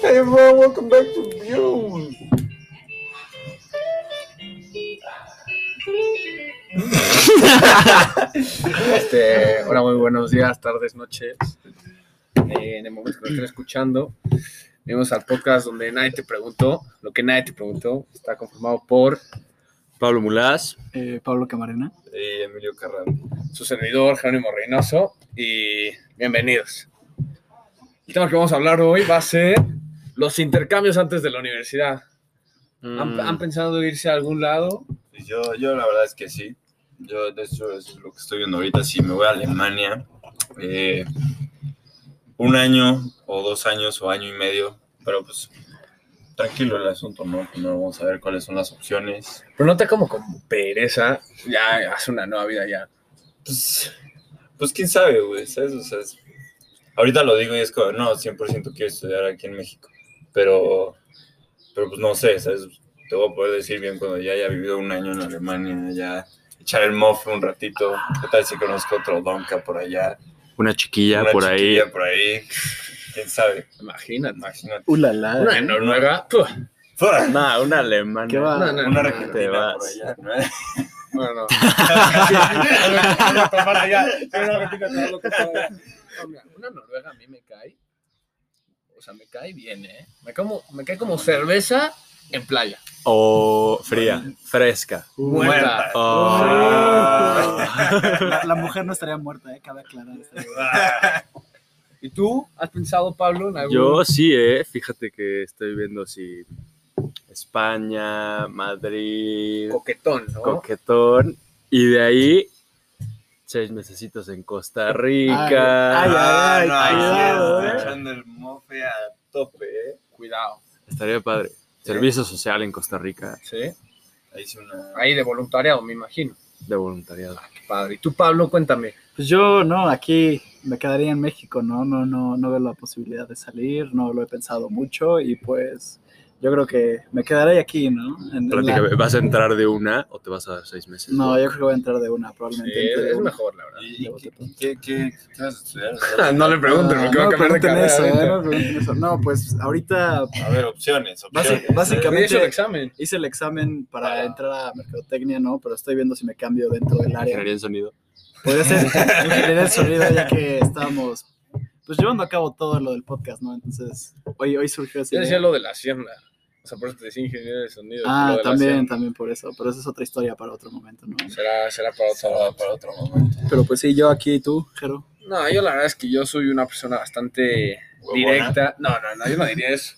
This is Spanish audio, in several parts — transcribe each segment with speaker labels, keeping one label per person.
Speaker 1: Hey everyone, welcome back to Views.
Speaker 2: Este, hola, muy buenos días, tardes, noches. Eh, en el momento que lo estén escuchando, venimos al podcast donde nadie te preguntó lo que nadie te preguntó. Está conformado por
Speaker 3: Pablo Mulás.
Speaker 4: Eh, Pablo Camarena.
Speaker 5: Eh, Emilio Carrán.
Speaker 2: su servidor Jerónimo Reynoso y bienvenidos. El tema que vamos a hablar hoy va a ser los intercambios antes de la universidad. ¿Han,
Speaker 3: Mm,
Speaker 2: han pensado irse a algún lado?
Speaker 5: Pues yo, yo la verdad es que sí. Yo, de hecho, es lo que estoy viendo ahorita. Si me voy a Alemania, eh, un año o dos años o año y medio, pero pues tranquilo el asunto, ¿no? Primero vamos a ver cuáles son las opciones.
Speaker 2: Pero nota como con pereza, ya hace una nueva vida ya.
Speaker 5: Pues, pues quién sabe, güey, ¿sabes? O sea, es- ahorita lo digo y es como, no, 100% quiero estudiar aquí en México, pero, pero pues no sé, ¿sabes? Te voy a poder decir bien cuando ya haya vivido un año en Alemania, ya echar el mofe un ratito, qué tal si conozco otro donca por allá,
Speaker 3: Una chiquilla
Speaker 5: una
Speaker 3: por ahí.
Speaker 5: chiquilla por ahí, quién sabe,
Speaker 2: Imagínate.
Speaker 5: imagínate.
Speaker 4: Ulala.
Speaker 2: Una en Noruega. ¡puf!
Speaker 5: Fuera,
Speaker 3: Nah, Ah, una alemana.
Speaker 4: ¿Qué va?
Speaker 2: No, no,
Speaker 5: una
Speaker 2: no,
Speaker 3: te
Speaker 5: argentina por
Speaker 3: vas.
Speaker 5: allá, ¿no?
Speaker 2: No, no. Una noruega a mí me cae. O sea, me cae bien, ¿eh? Me, como, me cae como cerveza en playa.
Speaker 3: O fría, fresca.
Speaker 2: Muerta.
Speaker 3: Oh.
Speaker 4: La, la mujer no estaría muerta, eh, cabe aclarar.
Speaker 5: Ah,
Speaker 2: ¿Y tú? ¿Has pensado, Pablo, en
Speaker 4: Ah.
Speaker 2: algún
Speaker 3: Yo sí, eh. Fíjate que estoy viendo si España, Madrid,
Speaker 2: coquetón, no?
Speaker 3: Coquetón. Y de ahí, seis mesecitos en Costa Rica.
Speaker 4: Ay, ay,
Speaker 5: Ah,
Speaker 4: ay,
Speaker 5: no, ahí sí
Speaker 4: cuidado,
Speaker 5: está
Speaker 4: eh.
Speaker 5: echando el mofe a tope, ¿eh?
Speaker 2: Cuidado.
Speaker 3: Estaría padre. Servicio social en Costa Rica
Speaker 2: ¿Sí?
Speaker 5: Ahí sí una...
Speaker 2: Ahí de voluntariado, me imagino.
Speaker 3: de voluntariado.
Speaker 2: Qué padre. ¿Y tú, Pablo? Cuéntame.
Speaker 4: Pues yo no, aquí me quedaría en México, ¿no? No, no, no veo la posibilidad de salir, no lo he pensado mucho y pues yo creo que me quedaré aquí, ¿no? En- en la-
Speaker 3: Prácticamente, ¿vas a entrar de una o te vas a dar seis meses?
Speaker 4: No, yo creo que voy a entrar de una, probablemente.
Speaker 2: Eh,
Speaker 4: entre de
Speaker 2: es
Speaker 4: una.
Speaker 2: mejor, la verdad.
Speaker 5: ¿Y qué, qué, qué, qué vas a estudiar?
Speaker 2: no le pregunten, porque
Speaker 4: Ah,
Speaker 2: va a cambiar
Speaker 4: no
Speaker 2: de
Speaker 4: pregunten
Speaker 2: carrera.
Speaker 4: eso, eh,
Speaker 2: ahorita.
Speaker 4: no pregunten eso. No, pues ahorita
Speaker 5: A ver, opciones,
Speaker 4: Basi-
Speaker 5: opciones.
Speaker 4: básicamente-
Speaker 2: He hecho el examen.
Speaker 4: hice el examen para
Speaker 2: Ah.
Speaker 4: entrar a mercadotecnia, ¿no? Pero estoy viendo si me cambio dentro del área.
Speaker 3: Ingeniería en sonido.
Speaker 4: Podría ser ingeniería del sonido, ya que estábamos pues llevando a cabo todo lo del podcast, ¿no? Entonces, hoy, hoy surgió esa
Speaker 2: Yo decía
Speaker 4: idea.
Speaker 2: lo de la hacienda. O sea, por eso te decía ingeniero de sonido. lo
Speaker 4: Ah,
Speaker 2: de la
Speaker 4: también,
Speaker 2: hacienda.
Speaker 4: también por eso. Pero esa es otra historia para otro momento, ¿no?
Speaker 2: Será, será para otro
Speaker 5: Para,
Speaker 2: lado.
Speaker 5: para otro momento.
Speaker 4: Pero pues sí, yo aquí, tú, Jero.
Speaker 2: No, yo la verdad es que yo soy una persona bastante
Speaker 5: Huevona.
Speaker 2: directa. No, no, no, yo no diría eso.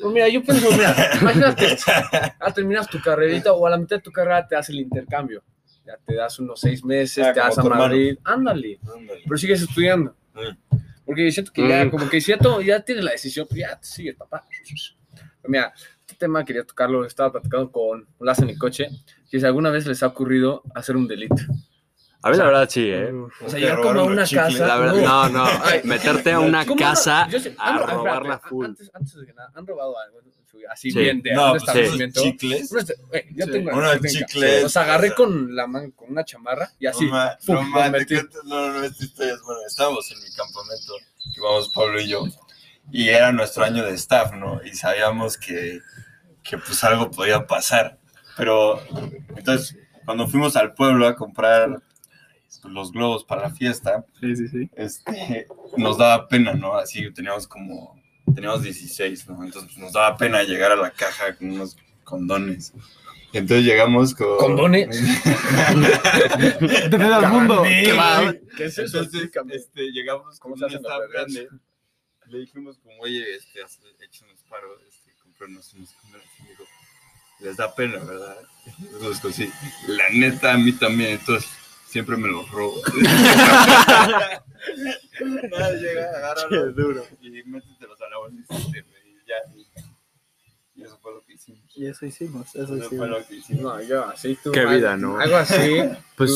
Speaker 2: Pues mira, yo pienso, mira, imagínate, esto. ah, terminas tu carrerita o a la mitad de tu carrera te das el intercambio. Ya te das unos seis meses,
Speaker 5: Ah,
Speaker 2: te vas a
Speaker 5: como tu hermano.
Speaker 2: Madrid. Ándale, pero sigues estudiando. Porque siento que ya,
Speaker 3: Mm.
Speaker 2: como que ya, todo- ya tienes la decisión, pues ya te sigues, papá. Pero mira, este tema quería tocarlo, estaba platicando con Lazo en el coche, que si alguna vez les ha ocurrido hacer un delito.
Speaker 3: A mí la verdad sí, ¿eh?
Speaker 2: O sea, llegar como a una casa.
Speaker 3: La verdad, no, no.
Speaker 2: Ay.
Speaker 3: Meterte a una
Speaker 2: ¿Cómo no?
Speaker 3: casa
Speaker 2: Yo sé-
Speaker 3: a
Speaker 2: han- espérate,
Speaker 3: robarla
Speaker 2: a-
Speaker 3: full.
Speaker 2: Antes, antes de que nada, han robado algo en su- así
Speaker 3: Sí.
Speaker 2: bien de
Speaker 5: No,
Speaker 2: un
Speaker 5: pues,
Speaker 2: establecimiento.
Speaker 5: sí. chicles.
Speaker 2: Un este- güey, yo
Speaker 4: Sí.
Speaker 2: tengo
Speaker 5: Unos
Speaker 2: yo tengo-
Speaker 5: chicles.
Speaker 2: Los agarré con la mano, con una chamarra y así.
Speaker 5: No, ma-
Speaker 2: pum,
Speaker 5: no,
Speaker 2: los
Speaker 5: ma, te
Speaker 2: metí.
Speaker 5: cuento- no, no, esta historia es buena. Estábamos en mi campamento, que vamos Pablo y yo, y era nuestro año de staff, ¿no? Y sabíamos que, que pues algo podía pasar. Pero entonces, cuando fuimos al pueblo a comprar pues, los globos para la fiesta,
Speaker 4: Sí, sí, sí.
Speaker 5: este, nos daba pena, ¿no? Así teníamos como, teníamos 16, ¿no? Entonces pues, nos daba pena llegar a la caja con unos condones. Entonces llegamos con...
Speaker 2: ¿Condones?
Speaker 4: Depende del mundo.
Speaker 5: Carnal.
Speaker 4: Qué va.
Speaker 2: ¿Qué es eso?
Speaker 5: Entonces,
Speaker 2: Explícame.
Speaker 5: este, llegamos con
Speaker 2: ¿Cómo
Speaker 5: un
Speaker 2: se hacen las
Speaker 5: staff
Speaker 2: vergas?
Speaker 5: grande. Le dijimos como, oye, este, has hecho unos paros, este, comprarnos unos condones. Y dijo, les da pena, ¿verdad? Entonces, pues, sí, la neta, a mí también, entonces, siempre me los robo. Nada, llega, agárralos duro. Y métetelos a la bolsa y se te- y ya. Y eso fue lo que hicimos.
Speaker 4: Y eso hicimos, eso
Speaker 5: Eso fue
Speaker 4: hicimos.
Speaker 5: lo que hicimos.
Speaker 2: No, yo así tú.
Speaker 3: Qué
Speaker 2: algo-
Speaker 3: vida, ¿no?
Speaker 2: Algo así. duro.
Speaker 3: Pues,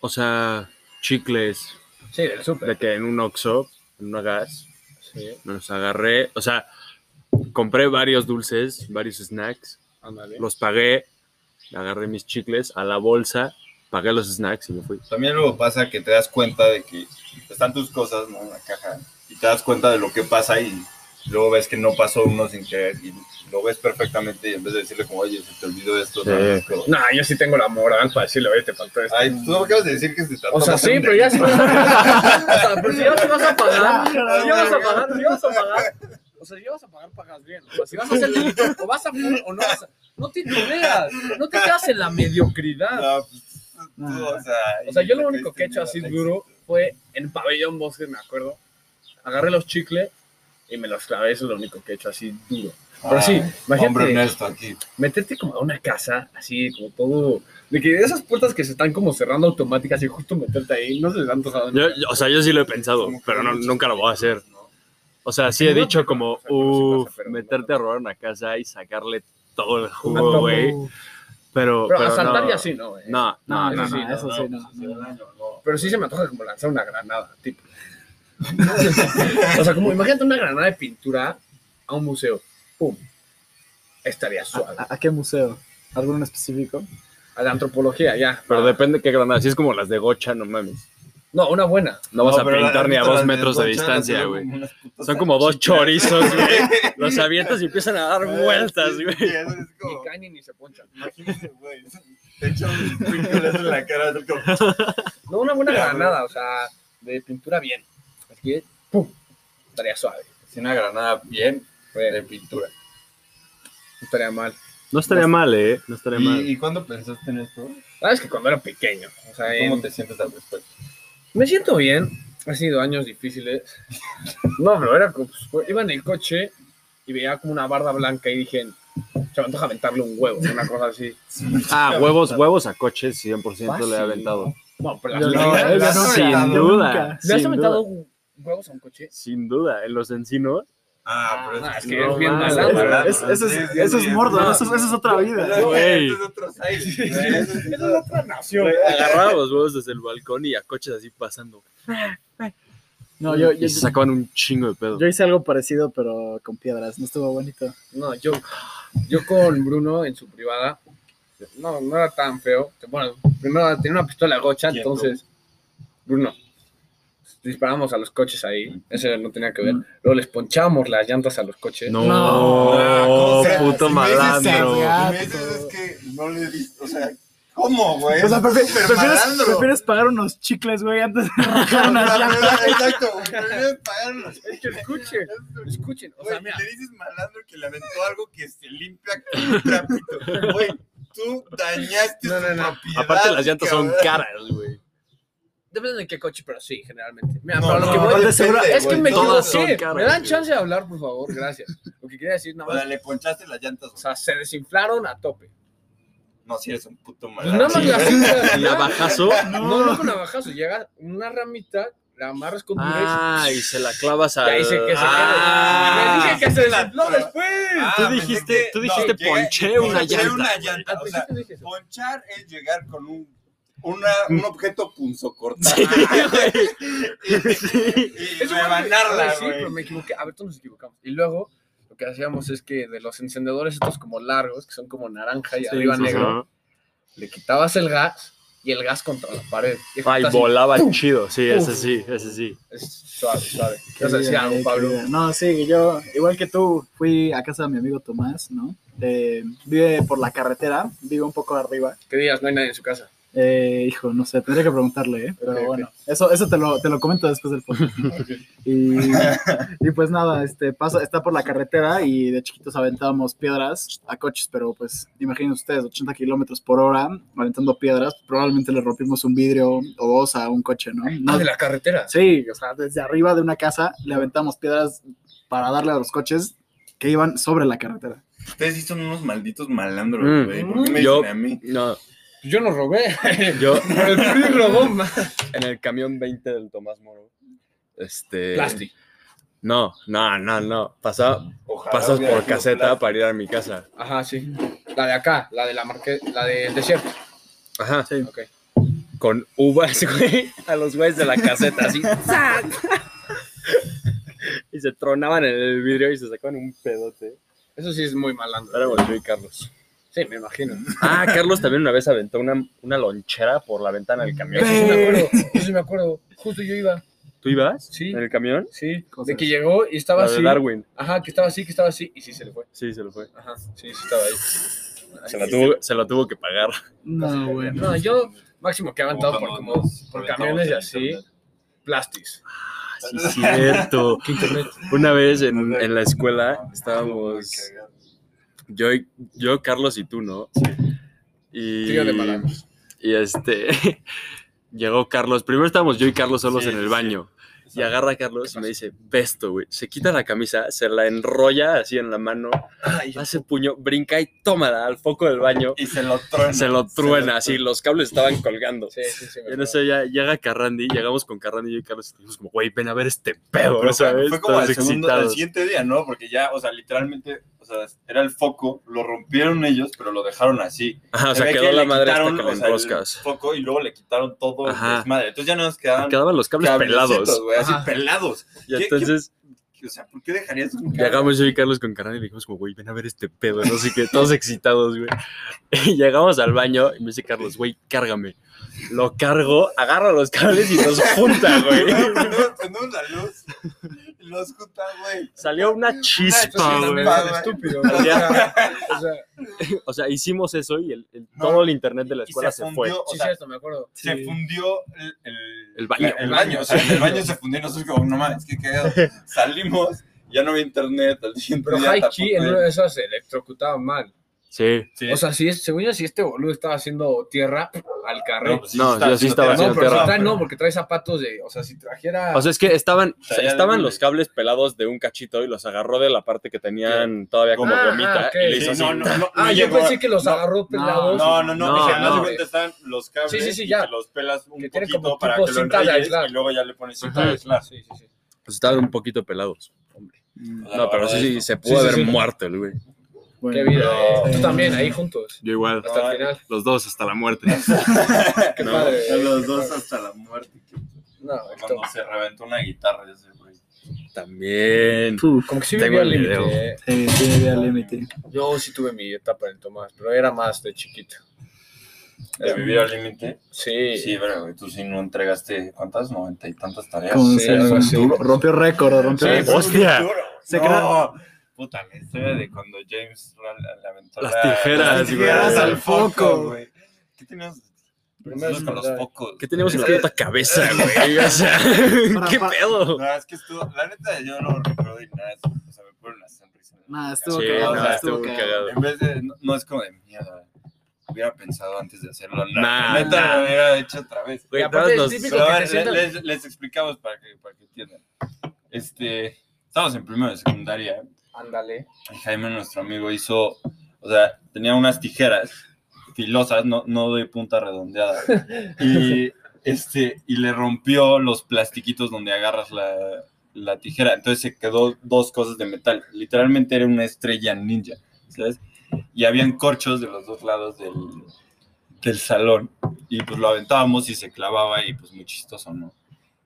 Speaker 3: o sea, chicles
Speaker 2: Sí, del
Speaker 3: de
Speaker 2: súper.
Speaker 3: que en un Oxxo, en una gas,
Speaker 2: Sí,
Speaker 3: me los agarré. O sea, compré varios dulces, varios snacks,
Speaker 2: ándale.
Speaker 3: los pagué, agarré mis chicles a la bolsa pagué los snacks y me fui.
Speaker 5: También luego pasa que te das cuenta de que están tus cosas, ¿no? En la caja. Y te das cuenta de lo que pasa y luego ves que no pasó uno sin querer y lo ves perfectamente y en vez de decirle como, oye, se te olvidó esto.
Speaker 3: Sí.
Speaker 5: no, es como,
Speaker 2: No, yo sí tengo la moral para decirle, oye, eh, te faltó esto.
Speaker 5: Ay, tú no acabas de decir que se trató
Speaker 2: o sea,
Speaker 5: más
Speaker 2: sí,
Speaker 5: de-
Speaker 2: pero ya sí vas a pagar. O sea, pero si ya sí vas a pagar, si ya vas a pagar, si ya vas a pagar. O sea, si ya vas a pagar, pagas bien. O sea, si vas a hacer delito, o vas a pagar o no vas a. No te titubeas, no te quedas en la mediocridad.
Speaker 5: No, pues, tú, o sea,
Speaker 2: O sea, yo
Speaker 5: y-
Speaker 2: lo único que he hecho así duro fue en Pabellón Bosque, me acuerdo. Agarré los chicles y me los clavé. Eso es lo único que he hecho así duro. Pero sí,
Speaker 5: Ay, Hombre
Speaker 2: imagínate
Speaker 5: honesto aquí.
Speaker 2: meterte como a una casa, así como todo. De que esas puertas que se están como cerrando automáticas y justo meterte ahí, no se les han tocado.
Speaker 3: Yo- yo- o sea, yo sí lo he pensado, pero no- nunca lo voy a hacer. O sea, sí he
Speaker 2: No,
Speaker 3: dicho
Speaker 2: pero- o
Speaker 3: como,
Speaker 2: sea, pero sí pasa,
Speaker 3: uff,
Speaker 2: pero no,
Speaker 3: meterte a robar una casa y sacarle todo el
Speaker 2: Una toma.
Speaker 3: jugo, güey.
Speaker 2: Pero,
Speaker 3: Pero, pero
Speaker 2: asaltar
Speaker 3: no.
Speaker 2: y así no, eh.
Speaker 3: No, no,
Speaker 4: No,
Speaker 3: no,
Speaker 4: eso
Speaker 3: no.
Speaker 4: sí, eso sí, no.
Speaker 5: pues, hace daño, no.
Speaker 2: Pero sí se me antoja como lanzar una granada, tipo. o sea, como imagínate una granada de pintura a un museo. ¡Pum! Estaría suave.
Speaker 4: ¿A, a qué museo? ¿Alguno en específico?
Speaker 2: A la antropología, ya. Ah,
Speaker 3: Pero depende qué granada. Si es como las de Gocha, no mames.
Speaker 2: No, una buena.
Speaker 3: No vas a
Speaker 5: pero la-
Speaker 3: pintar ni a
Speaker 5: las
Speaker 3: dos
Speaker 5: de
Speaker 3: metros de
Speaker 5: Concha las
Speaker 3: distancia,
Speaker 5: veo
Speaker 3: güey.
Speaker 5: como unas putas
Speaker 3: Son como dos
Speaker 5: salchichas.
Speaker 3: chorizos, güey. Los avientas y empiezan a dar vueltas,
Speaker 5: Ah, Sí,
Speaker 3: güey.
Speaker 5: sí, eso es como-
Speaker 2: Ni caen ni se ponchan.
Speaker 5: Imagínense, güey. Te echan un sprinkles en la cara. así como-
Speaker 2: No, una buena
Speaker 5: Ya,
Speaker 2: granada, o sea, de pintura bien. Así que, ¡pum! Estaría suave.
Speaker 5: Sin una granada bien de
Speaker 2: Bueno,
Speaker 5: pintura.
Speaker 2: no estaría mal.
Speaker 3: No estaría mal, eh. No estaría mal.
Speaker 5: ¿Y, y cuándo pensaste en esto?
Speaker 2: Sabes que cuando era pequeño, o sea, en-
Speaker 5: ¿Cómo te sientes al respecto?
Speaker 2: Me siento bien. Han sido años difíciles. No, pero era como, pues, fue- iba en el coche y veía como una barda blanca y dije, se me antoja aventarle un huevo, una cosa así.
Speaker 3: Ah, huevos, huevos a coches, 100%
Speaker 5: Ah,
Speaker 3: le he
Speaker 2: Fácil.
Speaker 3: aventado.
Speaker 2: No, pero
Speaker 4: Yo
Speaker 2: las
Speaker 4: no,
Speaker 2: primeras-
Speaker 4: yo
Speaker 2: las-
Speaker 4: no,
Speaker 2: ¿Le has
Speaker 3: Sin
Speaker 4: nunca,
Speaker 3: duda.
Speaker 4: nunca.
Speaker 3: Sin
Speaker 2: aventado
Speaker 3: duda.
Speaker 2: hu- huevos a un coche?
Speaker 3: Sin duda, en los encinos.
Speaker 5: Ah, pero
Speaker 2: Ah,
Speaker 5: es
Speaker 2: es
Speaker 5: que.
Speaker 2: que
Speaker 3: no
Speaker 2: es bien
Speaker 3: mames.
Speaker 2: malandro.
Speaker 5: Ah,
Speaker 4: Es- es- es-
Speaker 5: sí, sí,
Speaker 4: eso es
Speaker 5: sí,
Speaker 4: mordo,
Speaker 2: no.
Speaker 4: eso, es- eso es otra vida.
Speaker 3: Güey.
Speaker 5: Este es otro side,
Speaker 2: Sí,
Speaker 5: güey.
Speaker 2: sí,
Speaker 5: Ese
Speaker 2: sí.
Speaker 5: es
Speaker 2: Es
Speaker 5: otro-
Speaker 2: otra nación.
Speaker 3: Agarraba los huevos desde el balcón y a coches así pasando.
Speaker 4: No, yo, yo,
Speaker 3: Y se sacaban un chingo de pedo.
Speaker 4: yo hice algo parecido, pero con piedras. No estuvo bonito.
Speaker 2: No, yo, yo con Bruno en su privada, no, no era tan feo. Bueno, primero tenía una pistola gocha,
Speaker 5: ¿Quién,
Speaker 2: entonces, Bruno, disparamos a los coches ahí, eso no tenía que ver. Luego les ponchamos las llantas a los coches.
Speaker 3: No,
Speaker 5: Ah, ¿cómo se-
Speaker 3: puto
Speaker 5: si me dices eso,
Speaker 3: malandro.
Speaker 5: si me dices es que no le di- O sea, ¿cómo, güey?
Speaker 4: O sea, prefi-
Speaker 5: Súper
Speaker 4: prefieres,
Speaker 5: malandro.
Speaker 4: prefieres pagar unos chicles, güey, antes de arrancar
Speaker 5: O
Speaker 4: unas
Speaker 5: sea,
Speaker 4: llantas.
Speaker 5: Exacto, güey. Prefieres pagarlos.
Speaker 2: Es que escuchen, escuchen, o
Speaker 5: Güey,
Speaker 2: sea, mira,
Speaker 5: le dices malandro que le aventó algo que se limpia con un trapito. Güey, tú dañaste
Speaker 2: No,
Speaker 5: su
Speaker 2: no, no.
Speaker 5: propiedad.
Speaker 3: Aparte las llantas son
Speaker 5: cabrón.
Speaker 3: caras, güey.
Speaker 2: depende de qué coche, pero sí, generalmente. Mira,
Speaker 5: No,
Speaker 2: pero lo
Speaker 5: no,
Speaker 2: que voy-
Speaker 5: depende,
Speaker 4: de seguro-
Speaker 2: es que
Speaker 5: güey,
Speaker 2: me
Speaker 3: todas
Speaker 5: todo.
Speaker 3: son
Speaker 2: equivoqué,
Speaker 3: caras,
Speaker 2: me dan
Speaker 3: güey.
Speaker 2: chance de hablar, por favor, gracias. Lo que quería decir
Speaker 5: O
Speaker 2: nada
Speaker 5: sea,
Speaker 2: más,
Speaker 5: le ponchaste las llantas.
Speaker 2: o sea, se desinflaron a tope.
Speaker 5: No, si eres un puto
Speaker 2: Pues nada
Speaker 5: malandro.
Speaker 2: más
Speaker 3: Sí,
Speaker 2: las
Speaker 3: güey.
Speaker 2: inflas,
Speaker 3: El
Speaker 2: ya.
Speaker 3: navajazo.
Speaker 2: No, no con navajazo, llega una ramita, la amarras con tu
Speaker 3: Ah, y se la clavas
Speaker 2: Ya
Speaker 3: a.
Speaker 2: hice que se
Speaker 3: Ah.
Speaker 2: quede. Le dije que se desinfló
Speaker 5: Pero-
Speaker 2: después.
Speaker 5: Ah,
Speaker 3: Tú
Speaker 5: pensé
Speaker 3: dijiste-
Speaker 5: que-
Speaker 3: tú dijiste
Speaker 5: llega-
Speaker 3: ponché una
Speaker 5: ponché
Speaker 3: llanta,
Speaker 5: una
Speaker 3: güey.
Speaker 5: llanta,
Speaker 2: Al
Speaker 5: O sea,
Speaker 2: principio dije eso.
Speaker 5: ponchar es llegar con un, una, un objeto punzocortante
Speaker 3: Sí, güey. Sí.
Speaker 5: y
Speaker 2: Eso fue-
Speaker 5: rebanarla,
Speaker 2: Sí,
Speaker 5: güey.
Speaker 2: pero me equivoqué. A ver, todos nos equivocamos. Y luego, lo que hacíamos es que de los encendedores estos como largos, que son como naranja y arriba
Speaker 3: Sí, sí,
Speaker 2: negro,
Speaker 3: sí.
Speaker 2: le quitabas el gas y el gas contra la pared. Y
Speaker 3: Ay,
Speaker 2: estás así,
Speaker 3: volaba chido, sí,
Speaker 2: Pum.
Speaker 3: ese sí, ese sí.
Speaker 2: es suave, suave.
Speaker 4: Qué
Speaker 2: No sé si
Speaker 4: vida,
Speaker 2: hago,
Speaker 4: eh,
Speaker 2: Pablo.
Speaker 4: qué vida. No, sí, yo, igual que tú, fui a casa de mi amigo Tomás, ¿no? Eh, vive por la carretera, vive un poco arriba.
Speaker 2: ¿Qué días? No hay nadie en su casa.
Speaker 4: Eh, hijo, no sé, tendría que preguntarle, ¿eh? Pero
Speaker 2: Ok, ok.
Speaker 4: bueno, eso, eso te, lo, te lo comento después del podcast. y, y pues nada, este, pasa, está por la carretera y de chiquitos aventábamos piedras a coches, pero pues imaginen ustedes, 80 kilómetros por hora aventando piedras, probablemente le rompimos un vidrio o dos a un coche, ¿no?
Speaker 2: Ah,
Speaker 4: No,
Speaker 2: de la carretera.
Speaker 4: Sí, o sea, desde arriba de una casa le aventamos piedras para darle a los coches que iban sobre la carretera.
Speaker 5: Ustedes sí son unos malditos malandros,
Speaker 3: Mm.
Speaker 5: güey. ¿Por qué me
Speaker 3: Yo-
Speaker 5: dicen a mí?
Speaker 3: No,
Speaker 2: Yo no robé.
Speaker 3: yo
Speaker 2: Pero el PRI robó más.
Speaker 3: en el camión 20 del Tomás Moro. Este.
Speaker 2: Plástico.
Speaker 3: No, no, no, no. Pasa-
Speaker 5: Ojalá
Speaker 3: pasas
Speaker 5: hubiera
Speaker 3: por
Speaker 5: sido
Speaker 3: caseta
Speaker 5: plata.
Speaker 3: para ir a mi casa.
Speaker 2: Ajá, sí. La de acá, la de la marque, la del desierto.
Speaker 3: Ajá.
Speaker 2: Ok.
Speaker 3: Con uvas, güey, a los güeyes de la caseta, así. ¡zac! y se tronaban en el vidrio y se sacaban un pedote.
Speaker 2: Eso sí es muy malandro.
Speaker 3: Ahora volvió y Carlos.
Speaker 2: Sí, me imagino.
Speaker 3: Ah, Carlos también una vez aventó una, una lonchera por la ventana del
Speaker 2: Yo
Speaker 3: camión.
Speaker 2: sí me acuerdo, yo sí me acuerdo. Justo yo iba.
Speaker 3: ¿Tú ibas?
Speaker 2: Sí.
Speaker 3: ¿En el camión?
Speaker 2: Sí, de
Speaker 4: Cosas.
Speaker 2: que llegó y estaba
Speaker 3: La de
Speaker 2: así.
Speaker 3: Darwin.
Speaker 2: Ajá, que estaba así, que estaba así, y sí se le fue.
Speaker 3: Sí, se lo fue.
Speaker 2: Ajá, sí, sí estaba ahí.
Speaker 3: Se la tuvo, se la tuvo que pagar.
Speaker 4: No, güey.
Speaker 2: No, yo máximo que he aventado por
Speaker 5: cuando
Speaker 2: como
Speaker 5: nos
Speaker 2: por
Speaker 5: aventamos
Speaker 2: camiones y
Speaker 5: en
Speaker 2: así,
Speaker 5: internet.
Speaker 2: plastis.
Speaker 3: Ah, Sí, es cierto.
Speaker 2: ¿Qué internet?
Speaker 3: Una vez en, en la escuela estábamos yo, y- yo, Carlos y tú, ¿no? Y,
Speaker 2: Trío de malandros.
Speaker 3: Y este, llegó Carlos. Primero estábamos yo y Carlos solos en el baño. Y agarra a Carlos y me dice, besto, güey. Se quita la camisa, se la enrolla así en la mano,
Speaker 2: Ay,
Speaker 3: hace puño, brinca y tómala al foco del baño.
Speaker 5: Y se lo truena.
Speaker 3: Se lo truena, así, los cables estaban colgando.
Speaker 2: sí, sí, sí. me
Speaker 3: Y en
Speaker 2: acuerdo.
Speaker 3: eso ya llega Carrandi, llegamos con Carrandi y yo y Carlos y dijimos como, güey, ven a ver este pedo, ¿no
Speaker 5: Pero
Speaker 3: sabes?
Speaker 5: Fue como al,
Speaker 3: Todos
Speaker 5: segundo- al
Speaker 3: excitados.
Speaker 5: siguiente día, ¿no? Porque ya, o sea, literalmente, o sea, era el foco, lo rompieron ellos, pero lo dejaron así.
Speaker 3: Ajá, o
Speaker 5: Se
Speaker 3: sea,
Speaker 5: ve
Speaker 3: quedó
Speaker 5: que
Speaker 3: la
Speaker 5: le
Speaker 3: madre hasta
Speaker 5: quitaron,
Speaker 3: que
Speaker 5: o
Speaker 3: la
Speaker 5: sea, el
Speaker 3: enroscas.
Speaker 5: foco y luego le quitaron todo el
Speaker 3: Ajá.
Speaker 5: desmadre. Entonces ya nada más quedaban
Speaker 3: Quedaban los cables pelados.
Speaker 5: cablecitos, güey, así
Speaker 2: Ajá.
Speaker 5: pelados.
Speaker 3: Y
Speaker 5: ¿Qué-
Speaker 3: entonces
Speaker 5: O sea, ¿por qué dejarías un cable?
Speaker 3: llegamos yo y Carlos con Carrandi y dijimos como, güey, ven a ver este pedo, no sé qué, todos excitados, güey. Y llegamos al baño y me dice Carlos, güey, cárgame. Lo cargo, agarro los cables y los junta, güey.
Speaker 5: Con una luz, los junta, güey.
Speaker 3: Salió una
Speaker 2: Ah, Eso sí,
Speaker 3: chispa,
Speaker 2: también
Speaker 3: Ah, güey.
Speaker 5: güey.
Speaker 2: es estúpido. ¿no? O sea, o sea,
Speaker 3: O sea, hicimos eso y el, el-
Speaker 5: No,
Speaker 3: todo el internet de la
Speaker 5: y se
Speaker 3: escuela se, fue.
Speaker 5: fundió, o
Speaker 2: sí,
Speaker 5: sea,
Speaker 2: cierto, me acuerdo.
Speaker 5: se fundió el, el,
Speaker 3: El baño.
Speaker 5: El baño, o sea, el baño se fundió. Nosotros, como, no mames, qué cagado. Salimos, ya no había internet. Al siguiente
Speaker 2: Pero
Speaker 5: día,
Speaker 2: Haichi en
Speaker 5: tampoco-
Speaker 2: una de esas se electrocutaba mal.
Speaker 3: Sí.
Speaker 5: Sí.
Speaker 2: O sea, si es, según yo, si este boludo estaba haciendo tierra al carril.
Speaker 5: pues sí,
Speaker 3: No,
Speaker 5: está
Speaker 3: yo sí
Speaker 5: haciendo
Speaker 2: Ah,
Speaker 3: estaba
Speaker 2: No,
Speaker 5: tierra.
Speaker 3: haciendo
Speaker 2: pero
Speaker 3: tierra.
Speaker 2: si trae, no, porque trae zapatos de. O sea, si trajera.
Speaker 3: O sea, es que estaban,
Speaker 5: sea, ya
Speaker 3: estaban
Speaker 5: de-
Speaker 3: los cables pelados de un cachito y los agarró de la parte que tenían todavía como
Speaker 2: Ah,
Speaker 3: gomita
Speaker 2: ok.
Speaker 3: y le
Speaker 5: Sí,
Speaker 3: hizo así.
Speaker 5: no, no, no, no
Speaker 2: ah, yo
Speaker 5: llegó a-
Speaker 2: pensé que los
Speaker 5: no,
Speaker 2: agarró pelados.
Speaker 5: No, no, no,
Speaker 3: No,
Speaker 5: o sea, no.
Speaker 3: no.
Speaker 5: cuenta están los cables
Speaker 2: Sí, sí, sí,
Speaker 5: y
Speaker 2: ya.
Speaker 5: te los pelas un
Speaker 2: Que tiene
Speaker 5: poquito
Speaker 2: como
Speaker 5: para
Speaker 2: tipo
Speaker 5: que lo
Speaker 2: cinta de
Speaker 5: enrolles
Speaker 2: aislar.
Speaker 5: y luego ya le pones cinta
Speaker 2: Ajá.
Speaker 5: de aislar.
Speaker 2: Sí, sí, sí.
Speaker 3: Pues estaban un poquito pelados.
Speaker 4: Mm,
Speaker 5: O sea,
Speaker 3: No,
Speaker 5: la
Speaker 3: pero
Speaker 5: verdad
Speaker 3: sí, sí,
Speaker 5: es-
Speaker 3: se pudo
Speaker 2: Sí, sí,
Speaker 3: haber
Speaker 2: sí.
Speaker 3: muerto el güey.
Speaker 4: bueno.
Speaker 2: Qué vida.
Speaker 5: No.
Speaker 2: eh. Tú también, ahí juntos.
Speaker 3: Yo igual.
Speaker 2: Hasta
Speaker 5: No,
Speaker 2: el final.
Speaker 3: Los dos hasta la muerte.
Speaker 2: Qué
Speaker 3: no.
Speaker 2: padre.
Speaker 5: A
Speaker 2: eh,
Speaker 5: los
Speaker 2: qué
Speaker 5: dos
Speaker 2: padre.
Speaker 5: hasta la muerte. que-
Speaker 2: No, esto-
Speaker 5: Cuando se reventó una guitarra, ya sé, güey.
Speaker 3: También.
Speaker 2: Como que sí
Speaker 3: Tengo
Speaker 2: vivía al
Speaker 3: el video.
Speaker 2: límite. eh.
Speaker 4: Sí, sí, había límite.
Speaker 2: Yo sí tuve mi etapa en Tomás, pero era más de chiquito.
Speaker 5: De vivir al límite.
Speaker 2: Sí.
Speaker 5: Sí, pero güey, tú sí no entregaste, ¿cuántas? Noventa y tantas tareas.
Speaker 4: Con-
Speaker 2: Sí, algo así.
Speaker 4: duro. rompió récord, rompió
Speaker 2: Sí,
Speaker 4: récord.
Speaker 3: ¡Hostia!
Speaker 4: Se
Speaker 5: Se
Speaker 4: crea-
Speaker 5: no. Puta, la historia de cuando James le aventó
Speaker 3: Las
Speaker 5: la-
Speaker 3: tijeras,
Speaker 5: las tijeras
Speaker 4: güey.
Speaker 5: al foco, güey. ¿Qué teníamos
Speaker 2: Primero
Speaker 5: nosotros con los
Speaker 2: es-
Speaker 5: focos?
Speaker 3: ¿Qué teníamos en la
Speaker 5: Es que-
Speaker 3: puta cabeza, güey? O sea, ¿qué
Speaker 4: Para-
Speaker 3: pedo?
Speaker 5: No, es que estuvo, la neta yo no recuerdo ni nada, o sea, me pone una sonrisa. en la
Speaker 4: Nah,
Speaker 5: cara.
Speaker 4: estuvo
Speaker 3: Sí,
Speaker 4: cagado,
Speaker 5: no,
Speaker 4: estuvo
Speaker 3: estuvo
Speaker 4: cagado.
Speaker 3: cagado.
Speaker 5: En vez de, no, no es como de mierda, hubiera pensado antes de hacerlo, no,
Speaker 3: Nah,
Speaker 5: la neta
Speaker 3: nah.
Speaker 5: lo hubiera hecho otra vez.
Speaker 3: Güey,
Speaker 2: Y aparte
Speaker 3: todos
Speaker 2: es
Speaker 3: nos-
Speaker 2: típico
Speaker 5: Pero
Speaker 2: que
Speaker 5: a
Speaker 2: te
Speaker 5: ver,
Speaker 2: sientas-
Speaker 5: le- les, les explicamos para que, para que entiendan. Este, estábamos en primero de secundaria
Speaker 2: Ándale.
Speaker 5: y Jaime, nuestro amigo, hizo, o sea, tenía unas tijeras filosas, no, no de punta redondeada. Y, este, y le rompió los plastiquitos donde agarras la, la tijera. Entonces se quedó dos cosas de metal. Literalmente era una estrella ninja, ¿sabes? Y habían corchos de los dos lados del, del salón. Y pues lo aventábamos y se clavaba y pues muy chistoso, ¿no?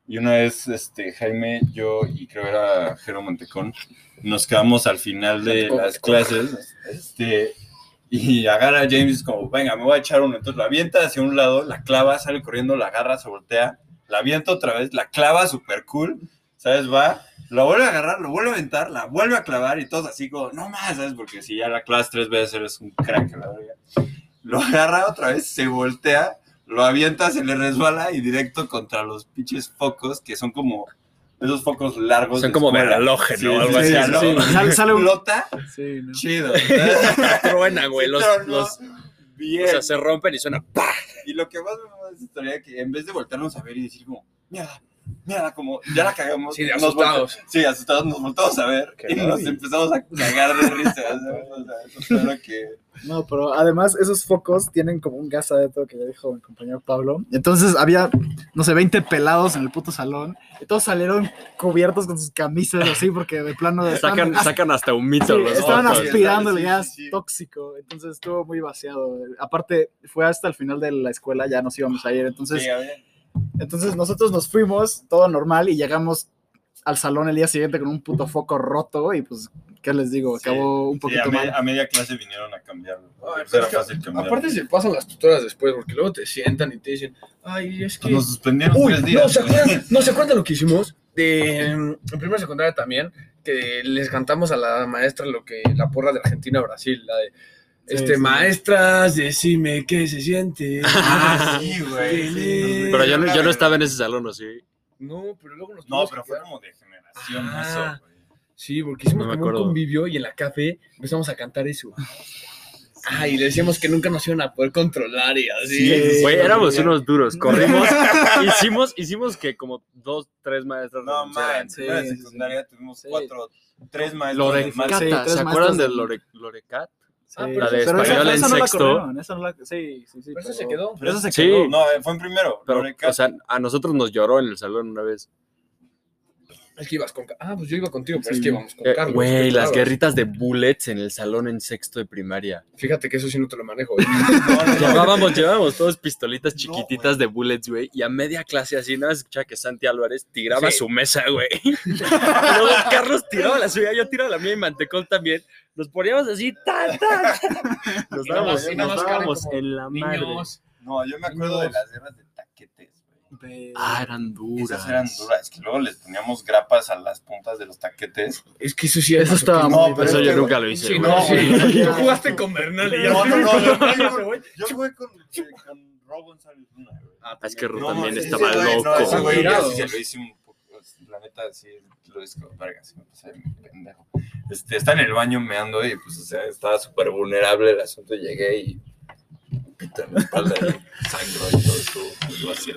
Speaker 5: Y una vez, este, Jaime, yo y creo era Jero Montecón, nos quedamos al final de
Speaker 2: Montecón,
Speaker 5: las
Speaker 2: Montecón.
Speaker 5: clases, este, y agarra a James como, venga, me voy a echar uno. Entonces la avienta hacia un lado, la clava, sale corriendo, la agarra, se voltea, la avienta otra vez, la clava super cool, ¿sabes? Va, la vuelve a agarrar, lo vuelve a aventar, la vuelve a clavar y todos así como, no más, ¿sabes? Porque si ya la clavas tres veces eres un crack, la verga. Lo agarra otra vez, se voltea, lo avienta, se le resbala y directo contra los pinches focos que son como esos focos largos.
Speaker 3: Son
Speaker 5: de
Speaker 3: como de
Speaker 5: escuela.
Speaker 3: halógeno o algo así.
Speaker 4: sí, sí,
Speaker 3: ¿no?
Speaker 4: sí. Sale- sale un-
Speaker 5: Flota,
Speaker 4: Sí, ¿no?
Speaker 5: chido.
Speaker 3: Truenan, güey. Los,
Speaker 5: Pero no,
Speaker 3: los-
Speaker 5: bien.
Speaker 3: o sea, se rompen y suena.
Speaker 5: Y lo que más me mama de esta historia es que en vez de voltearnos a ver y decir como, mierda, mierda, como, ya la cagamos.
Speaker 2: Sí, de
Speaker 5: nos
Speaker 2: asustados.
Speaker 5: volte- Sí, asustados, nos voltamos a ver
Speaker 3: Qué
Speaker 5: y nos
Speaker 3: nervios.
Speaker 5: empezamos a cagar de risa. ¿sabes? O sea, eso fue lo que...
Speaker 4: No, pero además esos focos tienen como un gas adentro que ya dijo mi compañero Pablo. Entonces había, no sé, 20 pelados en el puto salón. Y todos salieron cubiertos con sus camisas así porque de plano estaban,
Speaker 3: Sacan, sacan hasta un
Speaker 4: sí,
Speaker 3: mito los
Speaker 4: estaban
Speaker 3: focos.
Speaker 4: aspirando el
Speaker 5: Sí, sí,
Speaker 4: gas
Speaker 5: sí.
Speaker 4: tóxico. Entonces estuvo muy vaciado. Aparte, fue hasta el final de la escuela, ya nos íbamos a ir. Entonces
Speaker 5: Sí, a ver.
Speaker 4: Entonces nosotros nos fuimos, todo normal, y llegamos al salón el día siguiente con un puto foco roto y pues ¿Qué les digo?
Speaker 5: Sí.
Speaker 4: Acabó un
Speaker 5: Sí, a, ah,
Speaker 4: poquito
Speaker 5: me-
Speaker 4: mal.
Speaker 5: a media clase vinieron a cambiarlo.
Speaker 2: Ay,
Speaker 5: Pues era
Speaker 2: es que
Speaker 5: fácil cambiarlo.
Speaker 2: Aparte se pasan las tutoras después, porque luego te sientan y te dicen, ay, es que...
Speaker 5: Nos suspendieron
Speaker 2: Uy,
Speaker 5: tres
Speaker 2: no,
Speaker 5: días.
Speaker 2: ¿se
Speaker 5: güey.
Speaker 2: acuerdan, no se acuerdan lo que hicimos? De, en primera secundaria también, que les cantamos a la maestra lo que la porra de Argentina a Brasil, la de...
Speaker 4: Sí,
Speaker 2: este,
Speaker 4: sí.
Speaker 2: maestras, decime qué se siente.
Speaker 5: Ah, sí, güey. sí.
Speaker 3: Pero yo no, yo no estaba en ese salón, así.
Speaker 2: No, pero luego nos
Speaker 5: No,
Speaker 2: tuvimos
Speaker 5: pero
Speaker 2: que
Speaker 5: fue
Speaker 2: quedar.
Speaker 5: como de generación
Speaker 2: Ah.
Speaker 5: eso, güey.
Speaker 2: Sí, porque hicimos
Speaker 3: No me
Speaker 2: como un
Speaker 3: acuerdo.
Speaker 2: convivio y en la café empezamos a cantar eso. Ah, y le decíamos que nunca nos iban a poder controlar y así.
Speaker 4: Sí,
Speaker 3: Güey,
Speaker 4: sí,
Speaker 3: éramos unos duros. Corrimos, hicimos, hicimos que como dos, tres maestras.
Speaker 5: No,
Speaker 3: renunciaran.
Speaker 5: man,
Speaker 4: sí,
Speaker 5: en primera
Speaker 4: sí, sí.
Speaker 5: secundaria tuvimos
Speaker 4: Sí.
Speaker 5: cuatro, tres maestros.
Speaker 3: Lorecata,
Speaker 4: Sí, tres
Speaker 3: ¿se
Speaker 4: maestras
Speaker 3: acuerdan
Speaker 4: de-
Speaker 3: del Lore, Lorecat?
Speaker 4: Sí.
Speaker 2: Ah, pero la de
Speaker 4: Pero esa-
Speaker 3: español en
Speaker 4: esa no la
Speaker 3: sexto.
Speaker 4: corrieron, esa no la- sí, sí, sí,
Speaker 2: Pero eso se
Speaker 4: pero-
Speaker 2: quedó.
Speaker 4: pero esa se
Speaker 3: Sí.
Speaker 4: quedó.
Speaker 5: No, eh, fue en primero.
Speaker 3: Pero,
Speaker 5: Lorecata.
Speaker 3: o sea, a nosotros nos lloró en el salón una vez.
Speaker 2: Es que ibas con. Ca- Ah, pues yo iba contigo, pero
Speaker 4: Sí.
Speaker 2: es que íbamos con
Speaker 3: Eh,
Speaker 2: Carlos.
Speaker 3: Güey,
Speaker 2: qué
Speaker 3: las
Speaker 2: claro.
Speaker 3: guerritas de bullets en el salón en sexto de primaria.
Speaker 2: Fíjate que eso sí no te lo manejo. ¿eh? güey.
Speaker 5: No, no, no.
Speaker 3: Llevábamos, llevábamos todos pistolitas
Speaker 5: No,
Speaker 3: chiquititas de bullets, güey. Y a media clase así, nada, más escuchaba que Santi Álvarez tiraba
Speaker 2: Sí.
Speaker 3: su mesa, güey. Y Luego Carlos tiraba la suya, yo tiraba la mía y Mantecón también. Nos poníamos así, tan, tan. Nos
Speaker 2: Y nada
Speaker 3: dábamos,
Speaker 2: más- y nada
Speaker 3: nos
Speaker 2: más cara
Speaker 3: dábamos
Speaker 2: como
Speaker 3: en la madre.
Speaker 2: Niños.
Speaker 5: No, yo me acuerdo de
Speaker 2: Niños.
Speaker 5: las guerras de taquetes, güey.
Speaker 3: Ah, eran duras.
Speaker 5: Esas eran duras, que luego les poníamos grapas a las puntas de los taquetes.
Speaker 2: Es que eso sí
Speaker 4: Eso estaba
Speaker 5: No,
Speaker 4: muy
Speaker 5: pero
Speaker 3: Eso
Speaker 5: es
Speaker 3: yo
Speaker 5: que-
Speaker 3: nunca lo hice,
Speaker 2: Sí,
Speaker 3: güey.
Speaker 2: no,
Speaker 4: Sí.
Speaker 2: güey. Tú Jugaste con Bernal y ya.
Speaker 5: No, no, no,
Speaker 2: Con
Speaker 5: no,
Speaker 2: ese,
Speaker 5: no.
Speaker 2: güey.
Speaker 5: Yo jugué con, eh, con Rob González Luna, güey.
Speaker 3: Ah, pues Es que Ru
Speaker 5: No,
Speaker 3: también
Speaker 5: ese
Speaker 3: estaba
Speaker 5: güey,
Speaker 3: loco.
Speaker 5: No, ese güey ya
Speaker 2: Girado.
Speaker 5: sí se lo hice un poco. La neta, sí, lo disco, verga, sí me pasé de pendejo. Este, está en el baño meando y, pues, o sea, estaba súper vulnerable el asunto. Llegué y. Pito en la espalda, y sangró y todo estuvo vacío.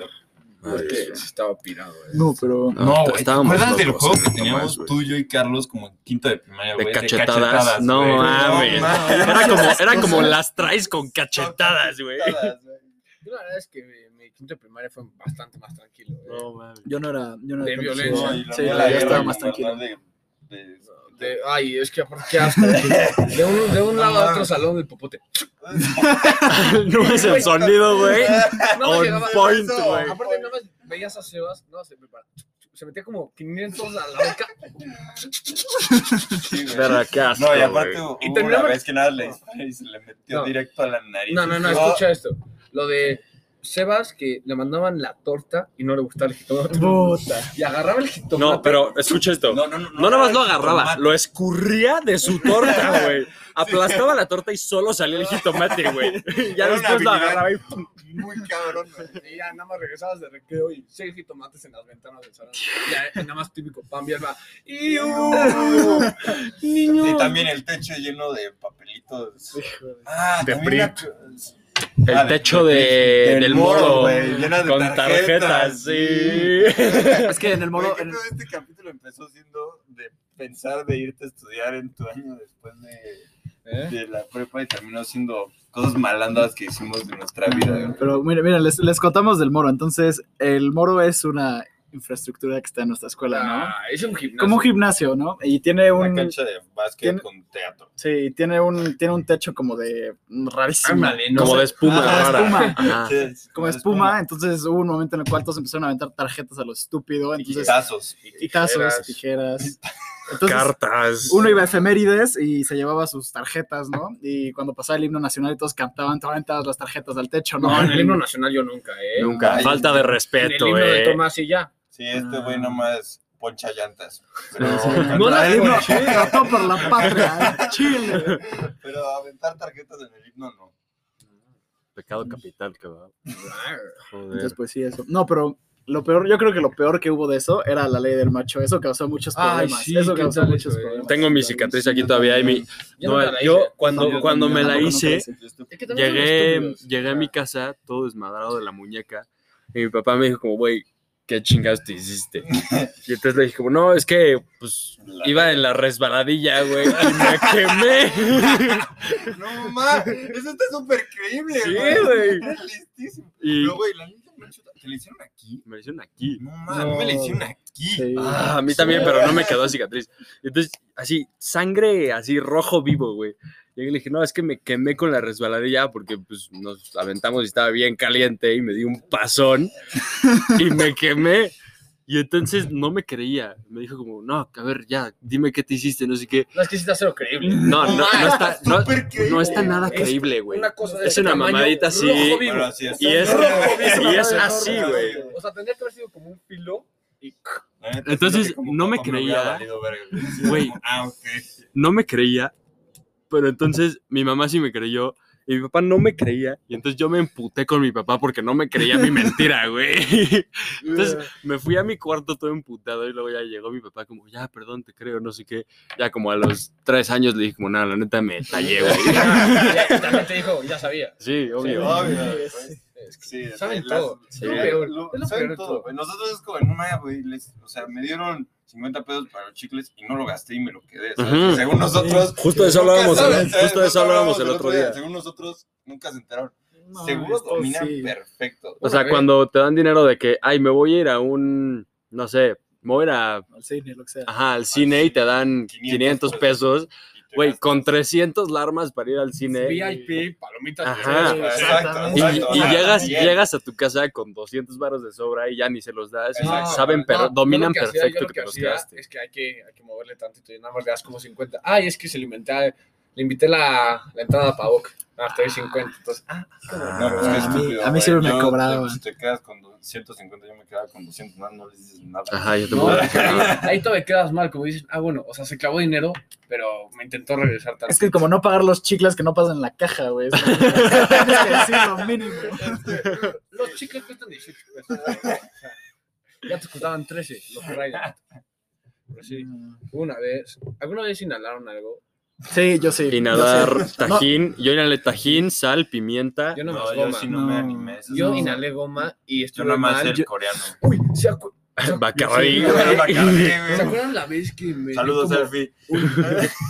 Speaker 2: Es que sí estaba pirado, eh. güey.
Speaker 4: No, pero.
Speaker 3: No,
Speaker 5: No,
Speaker 3: t-
Speaker 5: güey. ¿Te
Speaker 3: estábamos
Speaker 5: acuerdas del
Speaker 3: locos,
Speaker 5: juego
Speaker 3: güey,
Speaker 5: que
Speaker 3: no mames,
Speaker 5: teníamos
Speaker 3: güey.
Speaker 5: tú, yo y Carlos como en quinto de primaria,
Speaker 3: De
Speaker 5: güey?
Speaker 3: cachetadas. no
Speaker 5: güey.
Speaker 3: mames.
Speaker 5: mames.
Speaker 3: Era como, era como las traes con cachetadas, güey.
Speaker 5: Cachetadas, güey.
Speaker 2: Yo la verdad es que mi- mi quinto de primaria fue bastante más tranquilo. eh. güey.
Speaker 3: No mames.
Speaker 4: Yo no era. Yo no
Speaker 2: De
Speaker 4: era tanto-
Speaker 2: violencia.
Speaker 5: No, y la
Speaker 4: Sí,
Speaker 5: mía,
Speaker 4: yo
Speaker 5: la guerra,
Speaker 4: estaba
Speaker 5: y
Speaker 4: más
Speaker 5: la
Speaker 4: tranquilo.
Speaker 5: verdad, de- de-
Speaker 2: De- ay, es que aparte, qué asco. De un, de un
Speaker 5: No
Speaker 2: lado a otro
Speaker 5: mames.
Speaker 2: salón del popote.
Speaker 3: No es el sonido, güey.
Speaker 2: No
Speaker 3: On
Speaker 2: llegaba-
Speaker 3: point,
Speaker 5: eso.
Speaker 3: güey.
Speaker 2: Aparte, nada más veías a Sebas, no, se prepara. Se metía como 500 a la boca.
Speaker 5: Sí, güey.
Speaker 3: Pero qué asco,
Speaker 5: No, y
Speaker 3: güey.
Speaker 5: aparte hubo
Speaker 2: Y
Speaker 5: una
Speaker 2: terminaba-
Speaker 5: vez que nada le disparé y se le metió
Speaker 2: No.
Speaker 5: directo a la nariz.
Speaker 2: No, no, no,
Speaker 5: Y yo,
Speaker 2: escucha esto. Lo de Sebas que le mandaban la torta y no le gustaba el jitomate.
Speaker 4: Puta.
Speaker 2: Y agarraba el jitomate.
Speaker 3: No, pero escucha esto.
Speaker 5: No, no, no.
Speaker 3: No nada más lo agarraba,
Speaker 5: tomate.
Speaker 3: lo escurría de su torta, güey. Aplastaba la torta y solo salía el jitomate, güey. Ya
Speaker 5: Era una
Speaker 3: después lo
Speaker 5: habilidad.
Speaker 3: agarraba y...
Speaker 5: Muy cabrón, güey.
Speaker 2: Y ya nada más regresabas de recreo y seis jitomates en las ventanas del salón. Ya, nada más típico pan bien va. ¡Iu!
Speaker 5: Y también el techo lleno de papelitos. Ah,
Speaker 3: De
Speaker 5: también la- Ah,
Speaker 3: El techo de, del moro,
Speaker 5: güey, llena de
Speaker 3: con tarjetas, sí.
Speaker 4: Es que en el
Speaker 5: Güey,
Speaker 4: moro.
Speaker 5: creo
Speaker 4: en-
Speaker 5: que este capítulo empezó siendo de pensar de irte a estudiar en tu año después de,
Speaker 3: ¿Eh?
Speaker 5: de la prepa y terminó siendo cosas malandras que hicimos de nuestra vida. güey.
Speaker 4: Pero mira, mira, les, les contamos del moro. Entonces, el moro es una infraestructura que está en nuestra escuela, ¿no?
Speaker 2: Ah, es un gimnasio.
Speaker 4: Como un gimnasio, ¿no? Y tiene
Speaker 5: Una
Speaker 4: un.
Speaker 5: cancha de básquet
Speaker 4: tiene-
Speaker 5: con teatro.
Speaker 4: Sí, tiene un, tiene un techo como de. rarísimo.
Speaker 2: Ándale, no
Speaker 3: Como
Speaker 2: sé.
Speaker 3: de espuma
Speaker 4: Ah,
Speaker 3: rara.
Speaker 4: espuma.
Speaker 3: Ajá.
Speaker 5: Sí, sí,
Speaker 4: como espuma, entonces hubo un momento en el cual todos empezaron a aventar tarjetas a lo estúpido, entonces
Speaker 5: Tazos.
Speaker 4: y tazos,
Speaker 2: tijeras.
Speaker 4: tijeras. Entonces
Speaker 3: Cartas.
Speaker 4: uno iba a efemérides y se llevaba sus tarjetas, ¿no? Y cuando pasaba el himno nacional y todos cantaban, todas aventadas las tarjetas al techo, ¿no?
Speaker 2: No, en el himno nacional yo nunca, ¿eh?
Speaker 3: Nunca.
Speaker 5: Ay,
Speaker 3: Falta de
Speaker 2: En el
Speaker 3: respeto,
Speaker 2: himno de
Speaker 3: eh.
Speaker 2: Tomás y ya.
Speaker 5: Sí, este güey nomás poncha llantas.
Speaker 3: No.
Speaker 5: Pero,
Speaker 2: No la
Speaker 4: el himno
Speaker 2: escuché.
Speaker 4: cantó por la patria, Chile.
Speaker 5: pero aventar tarjetas en el himno no.
Speaker 3: Pecado capital, cabrón. Joder.
Speaker 4: Entonces, pues sí, eso. No, pero lo peor, yo creo que lo peor que hubo de eso era la ley del macho. Eso causó muchos
Speaker 2: Ay,
Speaker 4: problemas.
Speaker 2: sí,
Speaker 4: eso
Speaker 2: ¿qué
Speaker 4: causó
Speaker 2: tal
Speaker 4: muchos
Speaker 2: eso, eh?
Speaker 4: problemas.
Speaker 3: Tengo mi cicatriz aquí todavía y mi... No,
Speaker 2: nunca
Speaker 3: eh,
Speaker 2: la hice.
Speaker 3: yo
Speaker 5: No, yo
Speaker 3: cuando, cuando me
Speaker 5: también,
Speaker 4: Ah,
Speaker 3: la
Speaker 5: tampoco
Speaker 3: hice,
Speaker 5: nunca la hice.
Speaker 2: Es que también
Speaker 3: llegué,
Speaker 2: somos estúpidos.
Speaker 3: llegué a mi casa todo desmadrado de la muñeca y mi papá me dijo como, güey, ¿qué chingados te hiciste? Y entonces le dije como, no, es que pues
Speaker 5: La-
Speaker 3: iba en la resbaladilla, güey, y me quemé.
Speaker 5: No, mamá, eso está súper creíble,
Speaker 3: Sí,
Speaker 5: güey.
Speaker 3: güey.
Speaker 5: Está listísimo.
Speaker 3: Y
Speaker 5: Pero, güey, la neta, macho, ¿te la hicieron aquí?
Speaker 3: me hicieron aquí.
Speaker 5: No, mamá, no. me la
Speaker 4: No.
Speaker 5: hicieron aquí.
Speaker 4: Sí.
Speaker 3: Ah, a mí también,
Speaker 5: Sí.
Speaker 3: pero no me quedó cicatriz. Y Entonces, así, sangre, así, rojo vivo, güey. Y le dije, no, es que me quemé con la resbaladilla porque pues, nos aventamos y estaba bien caliente y me di un pasón y me quemé. Y entonces no me creía. Me dijo como, no, a ver, ya, dime qué te hiciste, no sé qué.
Speaker 2: No es que sí está cero creíble.
Speaker 3: No, no, no está, no,
Speaker 1: Súper creíble.
Speaker 3: no está nada
Speaker 2: Es
Speaker 3: creíble, güey.
Speaker 2: Una cosa de
Speaker 3: Es
Speaker 2: este
Speaker 3: una
Speaker 2: tamaño,
Speaker 3: mamadita así.
Speaker 2: rojo vivo.
Speaker 5: Bueno, así es.
Speaker 3: Y es, y es
Speaker 2: Enorme,
Speaker 3: así,
Speaker 2: enorme,
Speaker 3: güey.
Speaker 2: O sea, tendría que haber sido como un filo y
Speaker 5: La neta,
Speaker 3: Entonces,
Speaker 5: siento que como
Speaker 3: no me
Speaker 5: papá hubiera
Speaker 3: creía.
Speaker 5: valido verga, güey. Así
Speaker 3: Güey.
Speaker 5: como, Ah, ok.
Speaker 3: No me creía, pero entonces mi mamá sí me creyó y mi papá no me creía. Y entonces yo me emputé con mi papá porque no me creía mi mentira, güey. Entonces me fui a mi cuarto todo emputado y luego ya llegó mi papá como, ya, perdón, te creo, no sé qué. Ya como a los tres años le dije como, nada, la neta me tallé, güey.
Speaker 2: Y también te dijo, ya sabía.
Speaker 3: Sí, obvio.
Speaker 5: Obvio, güey. Es que sí,
Speaker 2: Saben
Speaker 5: las-
Speaker 2: todo.
Speaker 5: sí,
Speaker 2: Es lo peor,
Speaker 5: lo-
Speaker 2: es lo
Speaker 5: saben
Speaker 2: peor de
Speaker 5: todo,
Speaker 2: todo.
Speaker 5: güey. Nosotros es como, no mames, güey, les- o sea, me dieron 50 pesos para los chicles y no lo gasté y me lo quedé, ¿sabes?
Speaker 3: Ujú.
Speaker 5: Según nosotros...
Speaker 3: Justo de eso
Speaker 5: nunca
Speaker 3: hablábamos,
Speaker 5: saben,
Speaker 3: el-
Speaker 5: ¿sabes?
Speaker 3: justo de eso
Speaker 5: Nunca
Speaker 3: hablábamos el otro día.
Speaker 5: Según nosotros, nunca se enteraron.
Speaker 4: No,
Speaker 5: Seguro
Speaker 4: Ah, esto
Speaker 5: dominan
Speaker 4: sí.
Speaker 5: perfecto.
Speaker 3: O sea,
Speaker 2: Ok.
Speaker 3: cuando te dan dinero de que, ay, me voy a ir a un, no sé, me voy a ir a-
Speaker 4: Al cine, lo que sea.
Speaker 3: ajá, al cine y te dan
Speaker 5: 500
Speaker 3: 500 pesos,
Speaker 5: Y te
Speaker 3: güey,
Speaker 5: gastas.
Speaker 3: con 300 larmas para ir al cine.
Speaker 2: VIP, palomitas.
Speaker 3: Ajá.
Speaker 2: de-
Speaker 5: Exacto,
Speaker 3: Y,
Speaker 5: exacto,
Speaker 3: y
Speaker 5: o sea,
Speaker 3: llegas,
Speaker 5: bien.
Speaker 3: llegas a tu casa con 200 baros de sobra y ya ni se los das. y
Speaker 5: Exacto.
Speaker 3: saben,
Speaker 2: No,
Speaker 3: pero
Speaker 2: yo
Speaker 3: dominan
Speaker 2: lo que hacía- yo
Speaker 3: perfecto
Speaker 2: lo
Speaker 3: que, te los
Speaker 2: hacía
Speaker 3: quedaste.
Speaker 2: Es que hay que, hay que moverle tantito y nada más le das como 50. Ay, es que se le inventé, le invité la, la entrada para Boca. Ah, te doy 50. Entonces, ah,
Speaker 5: No, pues, qué
Speaker 4: Ah,
Speaker 5: estúpido,
Speaker 4: a mí
Speaker 5: güey.
Speaker 4: siempre me
Speaker 5: Yo,
Speaker 4: cobraban.
Speaker 5: pues, Te quedas con 250, yo me quedaba con 200, no, no les dices nada.
Speaker 3: Ajá, yo te
Speaker 2: No, pues,
Speaker 3: puedo-
Speaker 2: ahí todavía quedas mal, como dices, ah, bueno, o sea, se clavó dinero, pero me intentó regresar tanto.
Speaker 4: Es que como no pagar los chicles que no pasan en la caja, güey. es como- Tienes que decir lo mínimo.
Speaker 2: Los chicos cuestan 18 pesos. O sea, ya te costaban 13, los Raider. Pero sí, una vez, ¿alguna vez inhalaron algo?
Speaker 4: Sí, yo sí. Yo
Speaker 3: Inhalar
Speaker 4: sí.
Speaker 3: tajín, yo inhalé tajín, sal, pimienta.
Speaker 2: Yo no,
Speaker 5: No,
Speaker 2: más
Speaker 5: yo
Speaker 2: goma.
Speaker 5: sí no me
Speaker 4: No.
Speaker 5: animé. eso
Speaker 2: Yo
Speaker 5: no.
Speaker 2: inhalé goma y
Speaker 5: Yo
Speaker 2: estuve
Speaker 5: nada más
Speaker 2: mal.
Speaker 5: el
Speaker 2: Yo-
Speaker 5: coreano.
Speaker 2: Uy, se acu-
Speaker 3: Bacardí,
Speaker 2: Sí,
Speaker 5: Yo
Speaker 3: güey.
Speaker 5: era Bacardi, güey.
Speaker 2: ¿Se acuerdan la vez que me dio
Speaker 5: Saludos,
Speaker 2: como
Speaker 5: Elfi.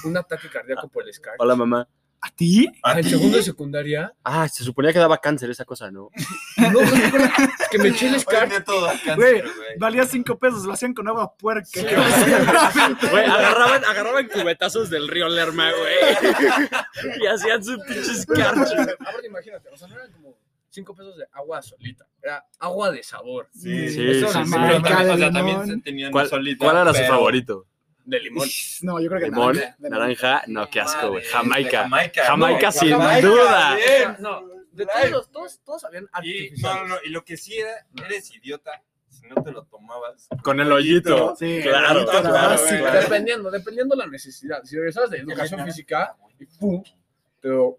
Speaker 2: un ataque cardíaco por el Scar? Ah,
Speaker 3: Hola, mamá. ¿A ti?
Speaker 5: ¿A
Speaker 2: En
Speaker 5: ti?
Speaker 2: segundo de secundaria,
Speaker 3: Ah, se suponía que daba cáncer esa cosa, ¿no?
Speaker 2: no, ¿se acuerdan que me eché el
Speaker 5: Hoy
Speaker 2: Scar.
Speaker 5: de todo alcance,
Speaker 4: Güey,
Speaker 5: güey.
Speaker 4: Valía 5 pesos, lo hacían con agua puerca.
Speaker 3: Güey, agarraban, agarraban cubetazos del río Lerma, güey. Y hacían sus pinches carchos.
Speaker 2: Ahora imagínate, o sea, no eran como 5 pesos de agua solita, era agua de sabor,
Speaker 5: Sí,
Speaker 3: Sí,
Speaker 5: eso
Speaker 3: sí,
Speaker 5: también, pero
Speaker 3: sí.
Speaker 5: también- o sea,
Speaker 4: Jamaica,
Speaker 5: también
Speaker 4: limón.
Speaker 5: se tenían
Speaker 3: ¿Cuál,
Speaker 5: solita,
Speaker 3: cuál era su
Speaker 5: pero-
Speaker 3: favorito?
Speaker 2: de limón.
Speaker 4: No, yo creo que
Speaker 3: Limón,
Speaker 4: naranja, de
Speaker 3: naranja, no, qué asco, güey.
Speaker 5: Madre,
Speaker 3: Jamaica.
Speaker 5: Jamaica,
Speaker 3: Jamaica
Speaker 5: no,
Speaker 3: Ah, sin
Speaker 5: Jamaica,
Speaker 3: duda.
Speaker 5: bien.
Speaker 2: No, de todos,
Speaker 5: Live.
Speaker 2: los- todos, todos habían
Speaker 5: Y, no, no,
Speaker 2: artificiales.
Speaker 5: no, y lo que sí era, eres idiota si no te lo tomabas.
Speaker 3: Con el hoyito.
Speaker 4: Sí,
Speaker 3: Claro,
Speaker 4: naranja
Speaker 5: claro,
Speaker 4: básica.
Speaker 5: güey.
Speaker 2: Dependiendo, dependiendo la necesidad. Si regresabas de educación física, y pum, pero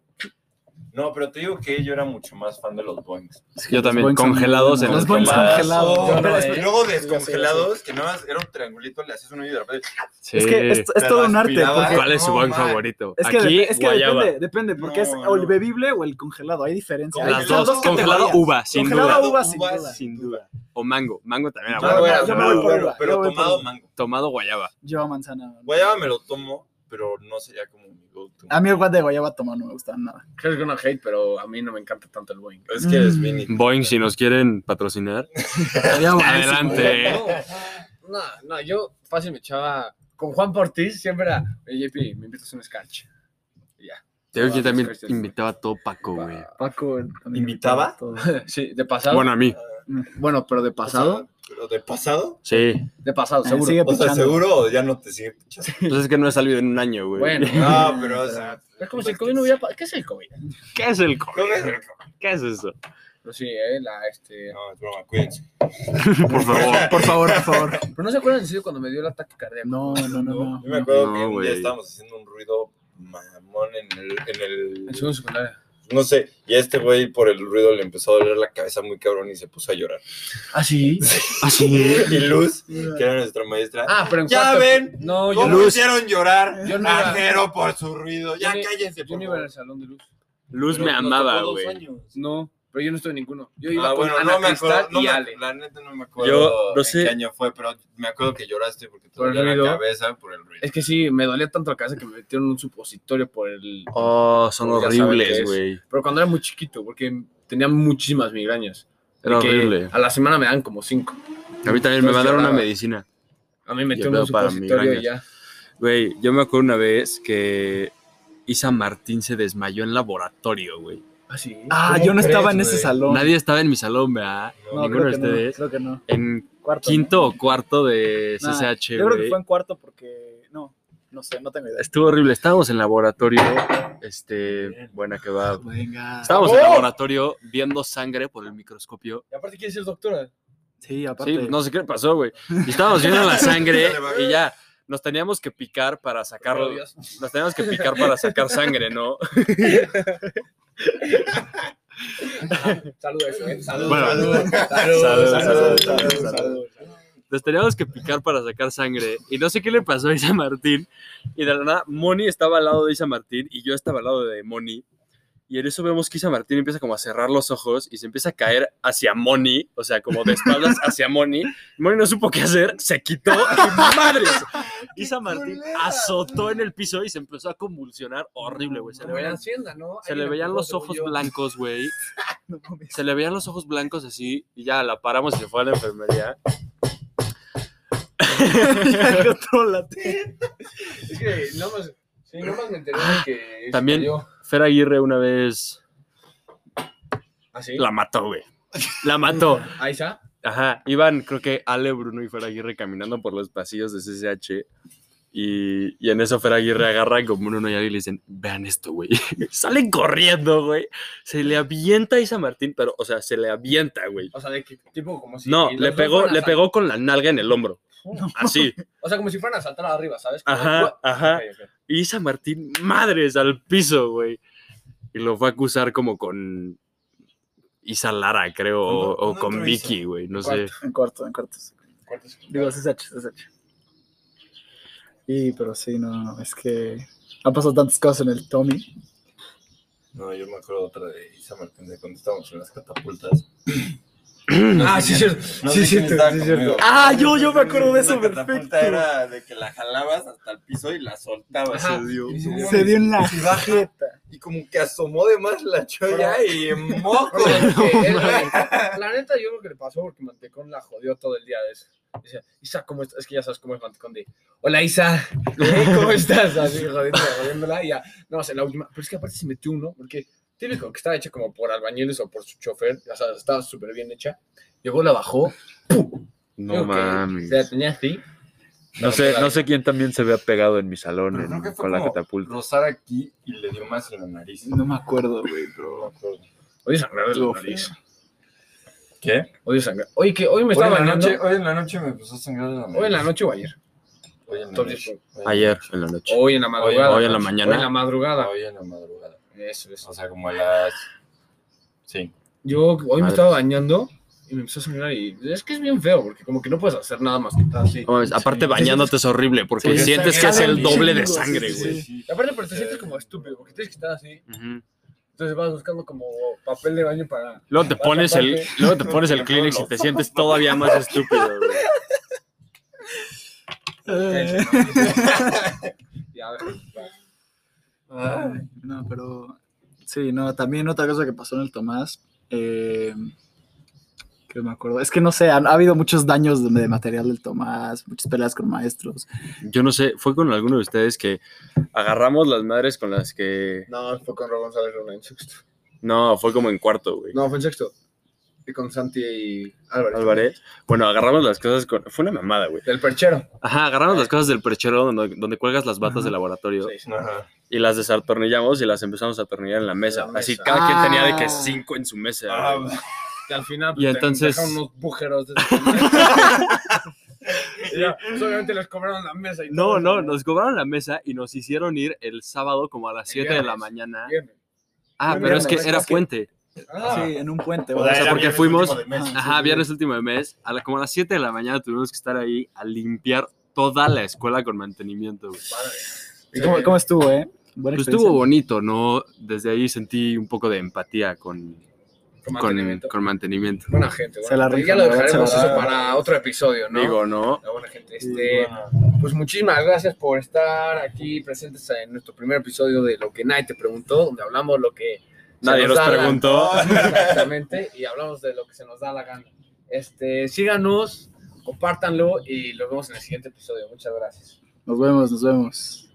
Speaker 5: No, pero te digo que yo era mucho más fan de los boings.
Speaker 3: Yo también,
Speaker 4: Los boings
Speaker 3: congelados en
Speaker 4: son muy
Speaker 3: los
Speaker 4: buenos. Los boings
Speaker 3: congelados.
Speaker 4: congelados.
Speaker 5: Oh,
Speaker 2: Yo no,
Speaker 5: y
Speaker 2: eh.
Speaker 5: luego
Speaker 4: Sí,
Speaker 5: descongelados, que nada más era un triangulito, le hacías un hoyo y de repente.
Speaker 3: Sí.
Speaker 4: Es que es, es
Speaker 5: Te
Speaker 4: todo
Speaker 5: lo
Speaker 4: un arte.
Speaker 5: aspirabas.
Speaker 4: Porque,
Speaker 3: ¿Cuál es su
Speaker 5: No,
Speaker 3: buen
Speaker 5: man.
Speaker 3: favorito?
Speaker 4: es que,
Speaker 3: Aquí,
Speaker 4: dep- es que
Speaker 3: guayaba.
Speaker 4: depende, depende, porque es
Speaker 5: No,
Speaker 4: o el
Speaker 5: no.
Speaker 4: bebible o el congelado. Hay diferencia.
Speaker 5: Las
Speaker 4: Hay-
Speaker 3: dos, congelado
Speaker 4: categorías.
Speaker 3: uva, sin
Speaker 4: Congelado
Speaker 5: duda.
Speaker 4: uva, sin
Speaker 5: Uva,
Speaker 4: duda.
Speaker 3: Sin duda. O mango. Mango también
Speaker 5: Yo
Speaker 3: era
Speaker 4: No, no,
Speaker 5: era
Speaker 3: guayaba.
Speaker 4: Ah, yo me voy
Speaker 5: mango,
Speaker 4: por
Speaker 5: pero-
Speaker 4: uva,
Speaker 5: Pero
Speaker 4: yo voy por
Speaker 5: tomado
Speaker 4: uva.
Speaker 5: mango.
Speaker 3: Tomado guayaba.
Speaker 4: Yo a manzana.
Speaker 5: Guayaba me lo tomo, pero no sería como mi go-to.
Speaker 4: A mí el guante de guayaba tomado no me gustaba nada.
Speaker 2: creo que no hate, pero a mí no me encanta tanto el Boeing.
Speaker 5: Es que es
Speaker 4: mm,
Speaker 5: mini.
Speaker 3: Boeing, si nos quieren patrocinar.
Speaker 4: Sabía buenísimo.
Speaker 3: Adelante.
Speaker 2: No, no, yo fácil me echaba con Juan Portis, siempre era, "Oye, JP, me invitas a un sketch. Y Ya.
Speaker 3: Te digo que yo también invitaba a todo Paco, güey.
Speaker 2: Paco,
Speaker 4: eh,
Speaker 5: ¿Invitaba?
Speaker 2: sí, de pasado.
Speaker 3: Bueno, a mí.
Speaker 2: Bueno, pero de
Speaker 5: O sea, ¿Pero de pasado?
Speaker 3: Sí.
Speaker 2: De pasado,
Speaker 4: Eh,
Speaker 2: seguro.
Speaker 4: Sigue
Speaker 5: O sea,
Speaker 4: pichando.
Speaker 5: seguro o ya no te sigue pichando.
Speaker 3: Entonces Pues es que no he salido en un año, güey.
Speaker 2: Bueno.
Speaker 5: No, pero o sea. pues,
Speaker 2: Es como si el COVID no hubiera pasado. ¿Qué es el COVID?
Speaker 3: ¿Qué es el COVID?
Speaker 5: Creo que-
Speaker 3: ¿Qué es eso?
Speaker 2: Pero sí, eh, la, este...
Speaker 5: No, es broma, cuídense.
Speaker 3: Por favor.
Speaker 4: Por favor, por favor.
Speaker 2: Pero no se acuerdan en serio cuando me dio el ataque cardíaco.
Speaker 4: No, no, no,
Speaker 5: Yo me
Speaker 4: no.
Speaker 5: acuerdo
Speaker 3: No,
Speaker 5: que un día
Speaker 3: güey.
Speaker 5: estábamos haciendo un ruido mamón en el. En
Speaker 2: En
Speaker 5: el
Speaker 2: segundo secundaria.
Speaker 5: no sé, y a este güey por el ruido le empezó a doler la cabeza muy cabrón y se puso a llorar.
Speaker 2: ¿Ah, sí?
Speaker 3: Así.
Speaker 5: Y Luz, que era nuestra maestra,
Speaker 2: Ah, pero en
Speaker 5: Ya
Speaker 2: cuarto-
Speaker 5: ven,
Speaker 2: No, yo
Speaker 5: ¿cómo
Speaker 2: no.
Speaker 5: hicieron llorar
Speaker 2: Yo no iba-
Speaker 5: a Jero por su ruido? Ya
Speaker 2: ni-
Speaker 5: cállense,
Speaker 2: Yo
Speaker 5: por
Speaker 2: no iba
Speaker 5: favor.
Speaker 2: al salón de luz.
Speaker 3: Luz
Speaker 5: Pero
Speaker 3: me
Speaker 5: nos
Speaker 3: amaba,
Speaker 5: tocó dos
Speaker 3: güey.
Speaker 5: años.
Speaker 2: No, pero yo no estoy en ninguno. Yo iba
Speaker 5: Ah,
Speaker 2: con
Speaker 5: bueno,
Speaker 2: Ana
Speaker 5: no me
Speaker 2: Cristal
Speaker 5: acuerdo, no
Speaker 2: y
Speaker 5: me-
Speaker 2: Ale.
Speaker 5: la neta no me acuerdo
Speaker 3: Yo no
Speaker 5: en
Speaker 3: sé.
Speaker 5: qué año fue, pero me acuerdo que lloraste porque te
Speaker 2: Por el
Speaker 5: dolía la
Speaker 2: ruido.
Speaker 5: cabeza por el ruido.
Speaker 2: Es que sí, me dolía tanto la cabeza que me metieron un supositorio por el...
Speaker 3: Oh, son
Speaker 2: Ya saben qué
Speaker 3: horribles,
Speaker 2: es.
Speaker 3: güey.
Speaker 2: Pero cuando era muy chiquito, porque tenía muchísimas migrañas. De
Speaker 3: Era
Speaker 2: que
Speaker 3: horrible.
Speaker 2: A la semana me dan como cinco.
Speaker 3: A mí también me
Speaker 2: Entonces
Speaker 3: mandaron una
Speaker 2: lloraba.
Speaker 3: medicina.
Speaker 2: A mí me
Speaker 3: Y
Speaker 2: metieron
Speaker 3: luego
Speaker 2: un
Speaker 3: para
Speaker 2: supositorio y ya.
Speaker 3: Güey, yo me acuerdo una vez que Isa Martín se desmayó en laboratorio, güey.
Speaker 2: Ah, sí.
Speaker 4: Ah,
Speaker 5: ¿Cómo
Speaker 4: yo no estaba en
Speaker 5: crees,
Speaker 4: ese
Speaker 5: güey?
Speaker 4: salón.
Speaker 3: Nadie estaba en mi salón, ¿verdad?
Speaker 5: No,
Speaker 4: No,
Speaker 3: Ninguno
Speaker 4: creo
Speaker 3: de
Speaker 4: que no.
Speaker 3: ustedes.
Speaker 4: Creo que no.
Speaker 3: En
Speaker 4: cuarto. ¿no?
Speaker 3: Quinto o cuarto de
Speaker 4: Nah,
Speaker 3: CCH,
Speaker 4: Yo creo que
Speaker 3: güey.
Speaker 4: fue en cuarto porque. No, no sé, no tengo idea.
Speaker 3: Estuvo horrible. Estábamos en laboratorio. Este, buena que va.
Speaker 4: Venga.
Speaker 3: Estábamos en
Speaker 2: ¡Oh!
Speaker 3: laboratorio viendo sangre por el microscopio.
Speaker 2: Y aparte quiere ser doctora.
Speaker 4: Sí, aparte.
Speaker 3: Sí, pues, no sé qué pasó, güey. Y estábamos viendo la sangre
Speaker 5: Dale, va.
Speaker 3: y ya. Nos teníamos que picar para sacar.
Speaker 2: Carlos Dios.
Speaker 3: Nos teníamos que picar para sacar sangre, ¿no?
Speaker 2: Saludos, eh. Saludos.
Speaker 3: Bueno.
Speaker 2: saludos.
Speaker 5: Saludos,
Speaker 2: saludos,
Speaker 5: saludos, saludos.
Speaker 2: saludos.
Speaker 3: Nos teníamos que picar para sacar sangre. Y no sé qué le pasó a Isa Martín. Y de la nada, Moni estaba al lado de Isa Martín y yo estaba al lado de Moni. Y en eso vemos que Isa Martín empieza como a cerrar los ojos y se empieza a caer hacia Moni, o sea, como de espaldas hacia Moni. Moni no supo qué hacer, se quitó y madres. Isa Martín
Speaker 1: culera,
Speaker 3: azotó en el piso y se empezó a convulsionar horrible, güey. Se le veían,
Speaker 2: Hacienda, ¿no?
Speaker 3: se
Speaker 2: Ahí
Speaker 3: le
Speaker 2: en
Speaker 3: veían
Speaker 2: Acapulco,
Speaker 3: los
Speaker 2: según
Speaker 3: ojos
Speaker 2: yo.
Speaker 3: blancos, güey.
Speaker 4: No mames.
Speaker 3: Se le veían los ojos blancos así y ya la paramos y se fue a la enfermería.
Speaker 4: Contrólate.
Speaker 2: Es que no más, sí, no más me enteré de que. se
Speaker 3: También-
Speaker 2: cayó.
Speaker 3: Fer Aguirre una vez
Speaker 2: ¿Ah, sí?
Speaker 3: la mató, güey. La mató.
Speaker 2: Ahí está.
Speaker 3: Ajá. Iban, creo que Ale, Bruno y Fer Aguirre caminando por los pasillos de CCH. Y, y en eso Fer Aguirre agarra con Bruno y Ale y le dicen, vean esto, güey. Salen corriendo, güey. Se le avienta a Isa Martín, pero, o sea, se le avienta, güey.
Speaker 2: O sea, de que tipo como si.
Speaker 3: no,
Speaker 2: los
Speaker 3: le
Speaker 2: dos
Speaker 3: pegó,
Speaker 2: fueran
Speaker 3: le
Speaker 2: asalt-
Speaker 3: pegó con la nalga en el hombro. Así.
Speaker 2: O sea, como si fueran a saltar arriba, ¿sabes? Como-
Speaker 3: Ajá, Ah,
Speaker 2: Ok,
Speaker 3: ajá.
Speaker 2: ok.
Speaker 3: Y Isa Martín, madres, al piso, güey. Y lo fue a acusar como con Isa Lara, creo,
Speaker 5: ¿Cuándo-
Speaker 3: o, o
Speaker 5: cuándo
Speaker 3: con
Speaker 5: entró
Speaker 3: Vicky,
Speaker 5: Isa?
Speaker 3: güey, no sé.
Speaker 2: ¿Cuánto?
Speaker 4: En cuarto, en cuarto. Digo, CSH, CSH. Y, pero sí, no, es que han pasado tantas cosas en el Tommy.
Speaker 5: No, yo me acuerdo otra de Isa Martín de cuando estábamos en las catapultas.
Speaker 2: Ah, sí, cierto.
Speaker 5: No
Speaker 2: Sí,
Speaker 5: sé quién
Speaker 2: cierto,
Speaker 5: estaba
Speaker 2: sí, cierto.
Speaker 5: conmigo.
Speaker 4: Ah, yo- yo me acuerdo de eso
Speaker 5: La
Speaker 4: perfecto.
Speaker 5: catapulta era de que la jalabas hasta el piso y la soltabas.
Speaker 2: Ajá.
Speaker 5: Y
Speaker 2: Sí,
Speaker 4: Se dio en la
Speaker 5: Y baja.
Speaker 4: jeta.
Speaker 5: Y como que asomó de más la cholla y moco.
Speaker 2: Eh, la- La neta, yo creo que le pasó porque Mantecón la jodió todo el día de eso. Dice, Isa, ¿cómo estás? Es que ya sabes cómo es Mantecón. De, hola Isa, ¿eh? ¿cómo estás? Así jodiéndola, jodiéndola. Y ya, no, sé, la última. Pero es que aparte se metió uno, porque típico que estaba hecha como por albañiles o por su chofer. O sea, estaba súper bien hecha. Llegó, la bajó.
Speaker 3: No
Speaker 2: Digo que
Speaker 3: mames.
Speaker 2: Se la tenía así.
Speaker 3: No sé, no sé quién también se había pegado en mi salón
Speaker 5: Pero
Speaker 3: en-
Speaker 5: creo que fue
Speaker 3: con la
Speaker 5: como
Speaker 3: catapulta.
Speaker 5: Rozar aquí y le dio más en la nariz.
Speaker 4: No me acuerdo, güey, pero.
Speaker 5: me acuerdo.
Speaker 2: Odio sangrar de la
Speaker 4: Estuvo
Speaker 2: nariz.
Speaker 5: ¿Qué?
Speaker 2: Odio sangrar. Oye, que hoy me
Speaker 5: Hoy en,
Speaker 2: estaba
Speaker 5: la
Speaker 2: bañando.
Speaker 5: noche, hoy en la noche me empezó a sangrar de la nariz.
Speaker 2: Hoy en la noche o ayer.
Speaker 5: Hoy en la
Speaker 2: Entonces,
Speaker 5: noche.
Speaker 3: Ayer, en la
Speaker 5: Oh,
Speaker 3: noche.
Speaker 2: Hoy en la madrugada.
Speaker 3: hoy en la
Speaker 2: Hoy
Speaker 3: mañana.
Speaker 2: en la madrugada.
Speaker 5: Hoy en la madrugada.
Speaker 2: Eso es.
Speaker 5: O sea, como a las. Sí.
Speaker 2: Yo hoy me
Speaker 3: Madres.
Speaker 2: estaba bañando y me empezó a sangrar y es que es bien feo porque como que no puedes hacer nada más que estar así.
Speaker 3: No mames, Aparte bañándote es horrible porque
Speaker 4: Sí,
Speaker 3: sientes que
Speaker 4: sangre.
Speaker 3: es el doble de
Speaker 4: Sí, sí,
Speaker 3: sangre,
Speaker 4: sí,
Speaker 3: güey.
Speaker 4: sí.
Speaker 2: Y aparte pero te sientes como estúpido porque tienes que estar así.
Speaker 3: Ujú.
Speaker 2: Entonces vas buscando como papel de baño para...
Speaker 3: Luego te pones el, luego te pones el Kleenex y te sientes todavía más estúpido, güey.
Speaker 4: Eh,
Speaker 2: Ya, pues,
Speaker 4: ay, No, pero. Sí, no, también otra cosa que pasó en el Tomás. Eh, que me acuerdo. Es que no sé, han- ha habido muchos daños de, de material del Tomás, muchas peleas con maestros.
Speaker 3: Yo no sé, fue con alguno de ustedes que agarramos las madres con las que.
Speaker 2: No, fue con Rob González Rona en sexto.
Speaker 3: No, fue como en cuarto, güey.
Speaker 2: No, fue en sexto. Y con Santi y Álvarez.
Speaker 3: Álvarez. Bueno, agarramos las cosas con. Fue una mamada, güey.
Speaker 2: Del perchero.
Speaker 3: Ajá, agarramos las cosas del perchero donde, donde cuelgas las batas
Speaker 4: Ajá.
Speaker 3: de laboratorio
Speaker 2: Sí, sí.
Speaker 5: Ajá.
Speaker 3: y las desartornillamos y las empezamos a atornillar en la mesa.
Speaker 2: La
Speaker 3: Así
Speaker 2: mesa.
Speaker 3: cada quien tenía de que
Speaker 4: Ah.
Speaker 3: cinco en su mesa. güey.
Speaker 5: Ah,
Speaker 2: Y al final
Speaker 3: Y
Speaker 2: pues, te
Speaker 3: entonces-
Speaker 2: dejaron unos bujeros de Y ya, solamente les cobraron la mesa y
Speaker 3: No,
Speaker 2: todo.
Speaker 3: no, nos cobraron la mesa y nos hicieron ir el sábado como a las
Speaker 2: El
Speaker 3: 7 de la
Speaker 2: viernes.
Speaker 3: mañana.
Speaker 2: Bien.
Speaker 3: Ah,
Speaker 2: Fue
Speaker 3: pero es que
Speaker 2: viernes,
Speaker 3: era
Speaker 2: es que-
Speaker 3: puente.
Speaker 2: Ah,
Speaker 4: sí, en un puente.
Speaker 5: O
Speaker 4: o
Speaker 5: sea,
Speaker 4: sea,
Speaker 3: porque
Speaker 5: viernes
Speaker 3: fuimos-
Speaker 5: último de mes.
Speaker 3: Ajá, viernes último de mes. A la, como a las 7 de la mañana tuvimos que estar ahí a limpiar toda la escuela con mantenimiento. güey.
Speaker 2: padre.
Speaker 4: ¿y ¿Cómo, cómo estuvo, eh? Buena
Speaker 3: Pues
Speaker 4: experiencia.
Speaker 3: estuvo bonito, ¿no? Desde ahí sentí un poco de empatía con,
Speaker 2: Con
Speaker 3: con-
Speaker 2: mantenimiento.
Speaker 3: con mantenimiento.
Speaker 2: Buena gente.
Speaker 4: Se
Speaker 2: buena
Speaker 4: la
Speaker 2: gente.
Speaker 4: rifan,
Speaker 2: Ya lo
Speaker 4: la verdad,
Speaker 2: dejaremos
Speaker 4: se la
Speaker 2: eso
Speaker 5: rifan.
Speaker 2: para otro episodio, ¿no?
Speaker 3: Digo, ¿no?
Speaker 2: La buena gente.
Speaker 4: Sí,
Speaker 2: Este,
Speaker 5: Bueno,
Speaker 2: pues muchísimas gracias por estar aquí presentes en nuestro primer episodio de Lo que nadie te preguntó, donde hablamos lo que se
Speaker 3: Nadie
Speaker 2: nos
Speaker 3: los
Speaker 2: da la-
Speaker 3: preguntó.
Speaker 2: Exactamente, y hablamos de lo que se nos da la gana. Este, síganos, compártanlo y los vemos en el siguiente episodio. Muchas gracias.
Speaker 4: Nos vemos, nos vemos.